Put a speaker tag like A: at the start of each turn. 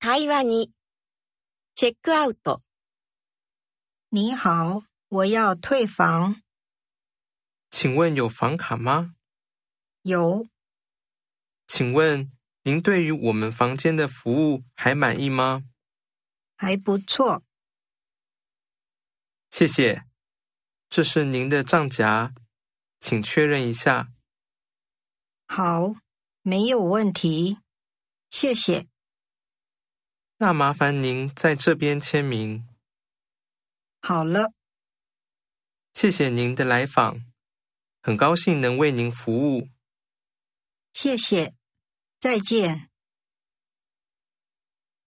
A: 会話に、チェックアウト、
B: 你好，我要退房。
C: 请问有房卡吗？
B: 有，
C: 请问您对于我们房间的服务还满意吗？
B: 还不错。
C: 谢谢。这是您的账夹，请确认一下。
B: 好，没有问题。谢谢。
C: 那麻烦您在这边签名。
B: 好了，
C: 谢谢您的来访，很高兴能为您服务。
B: 谢谢。再见。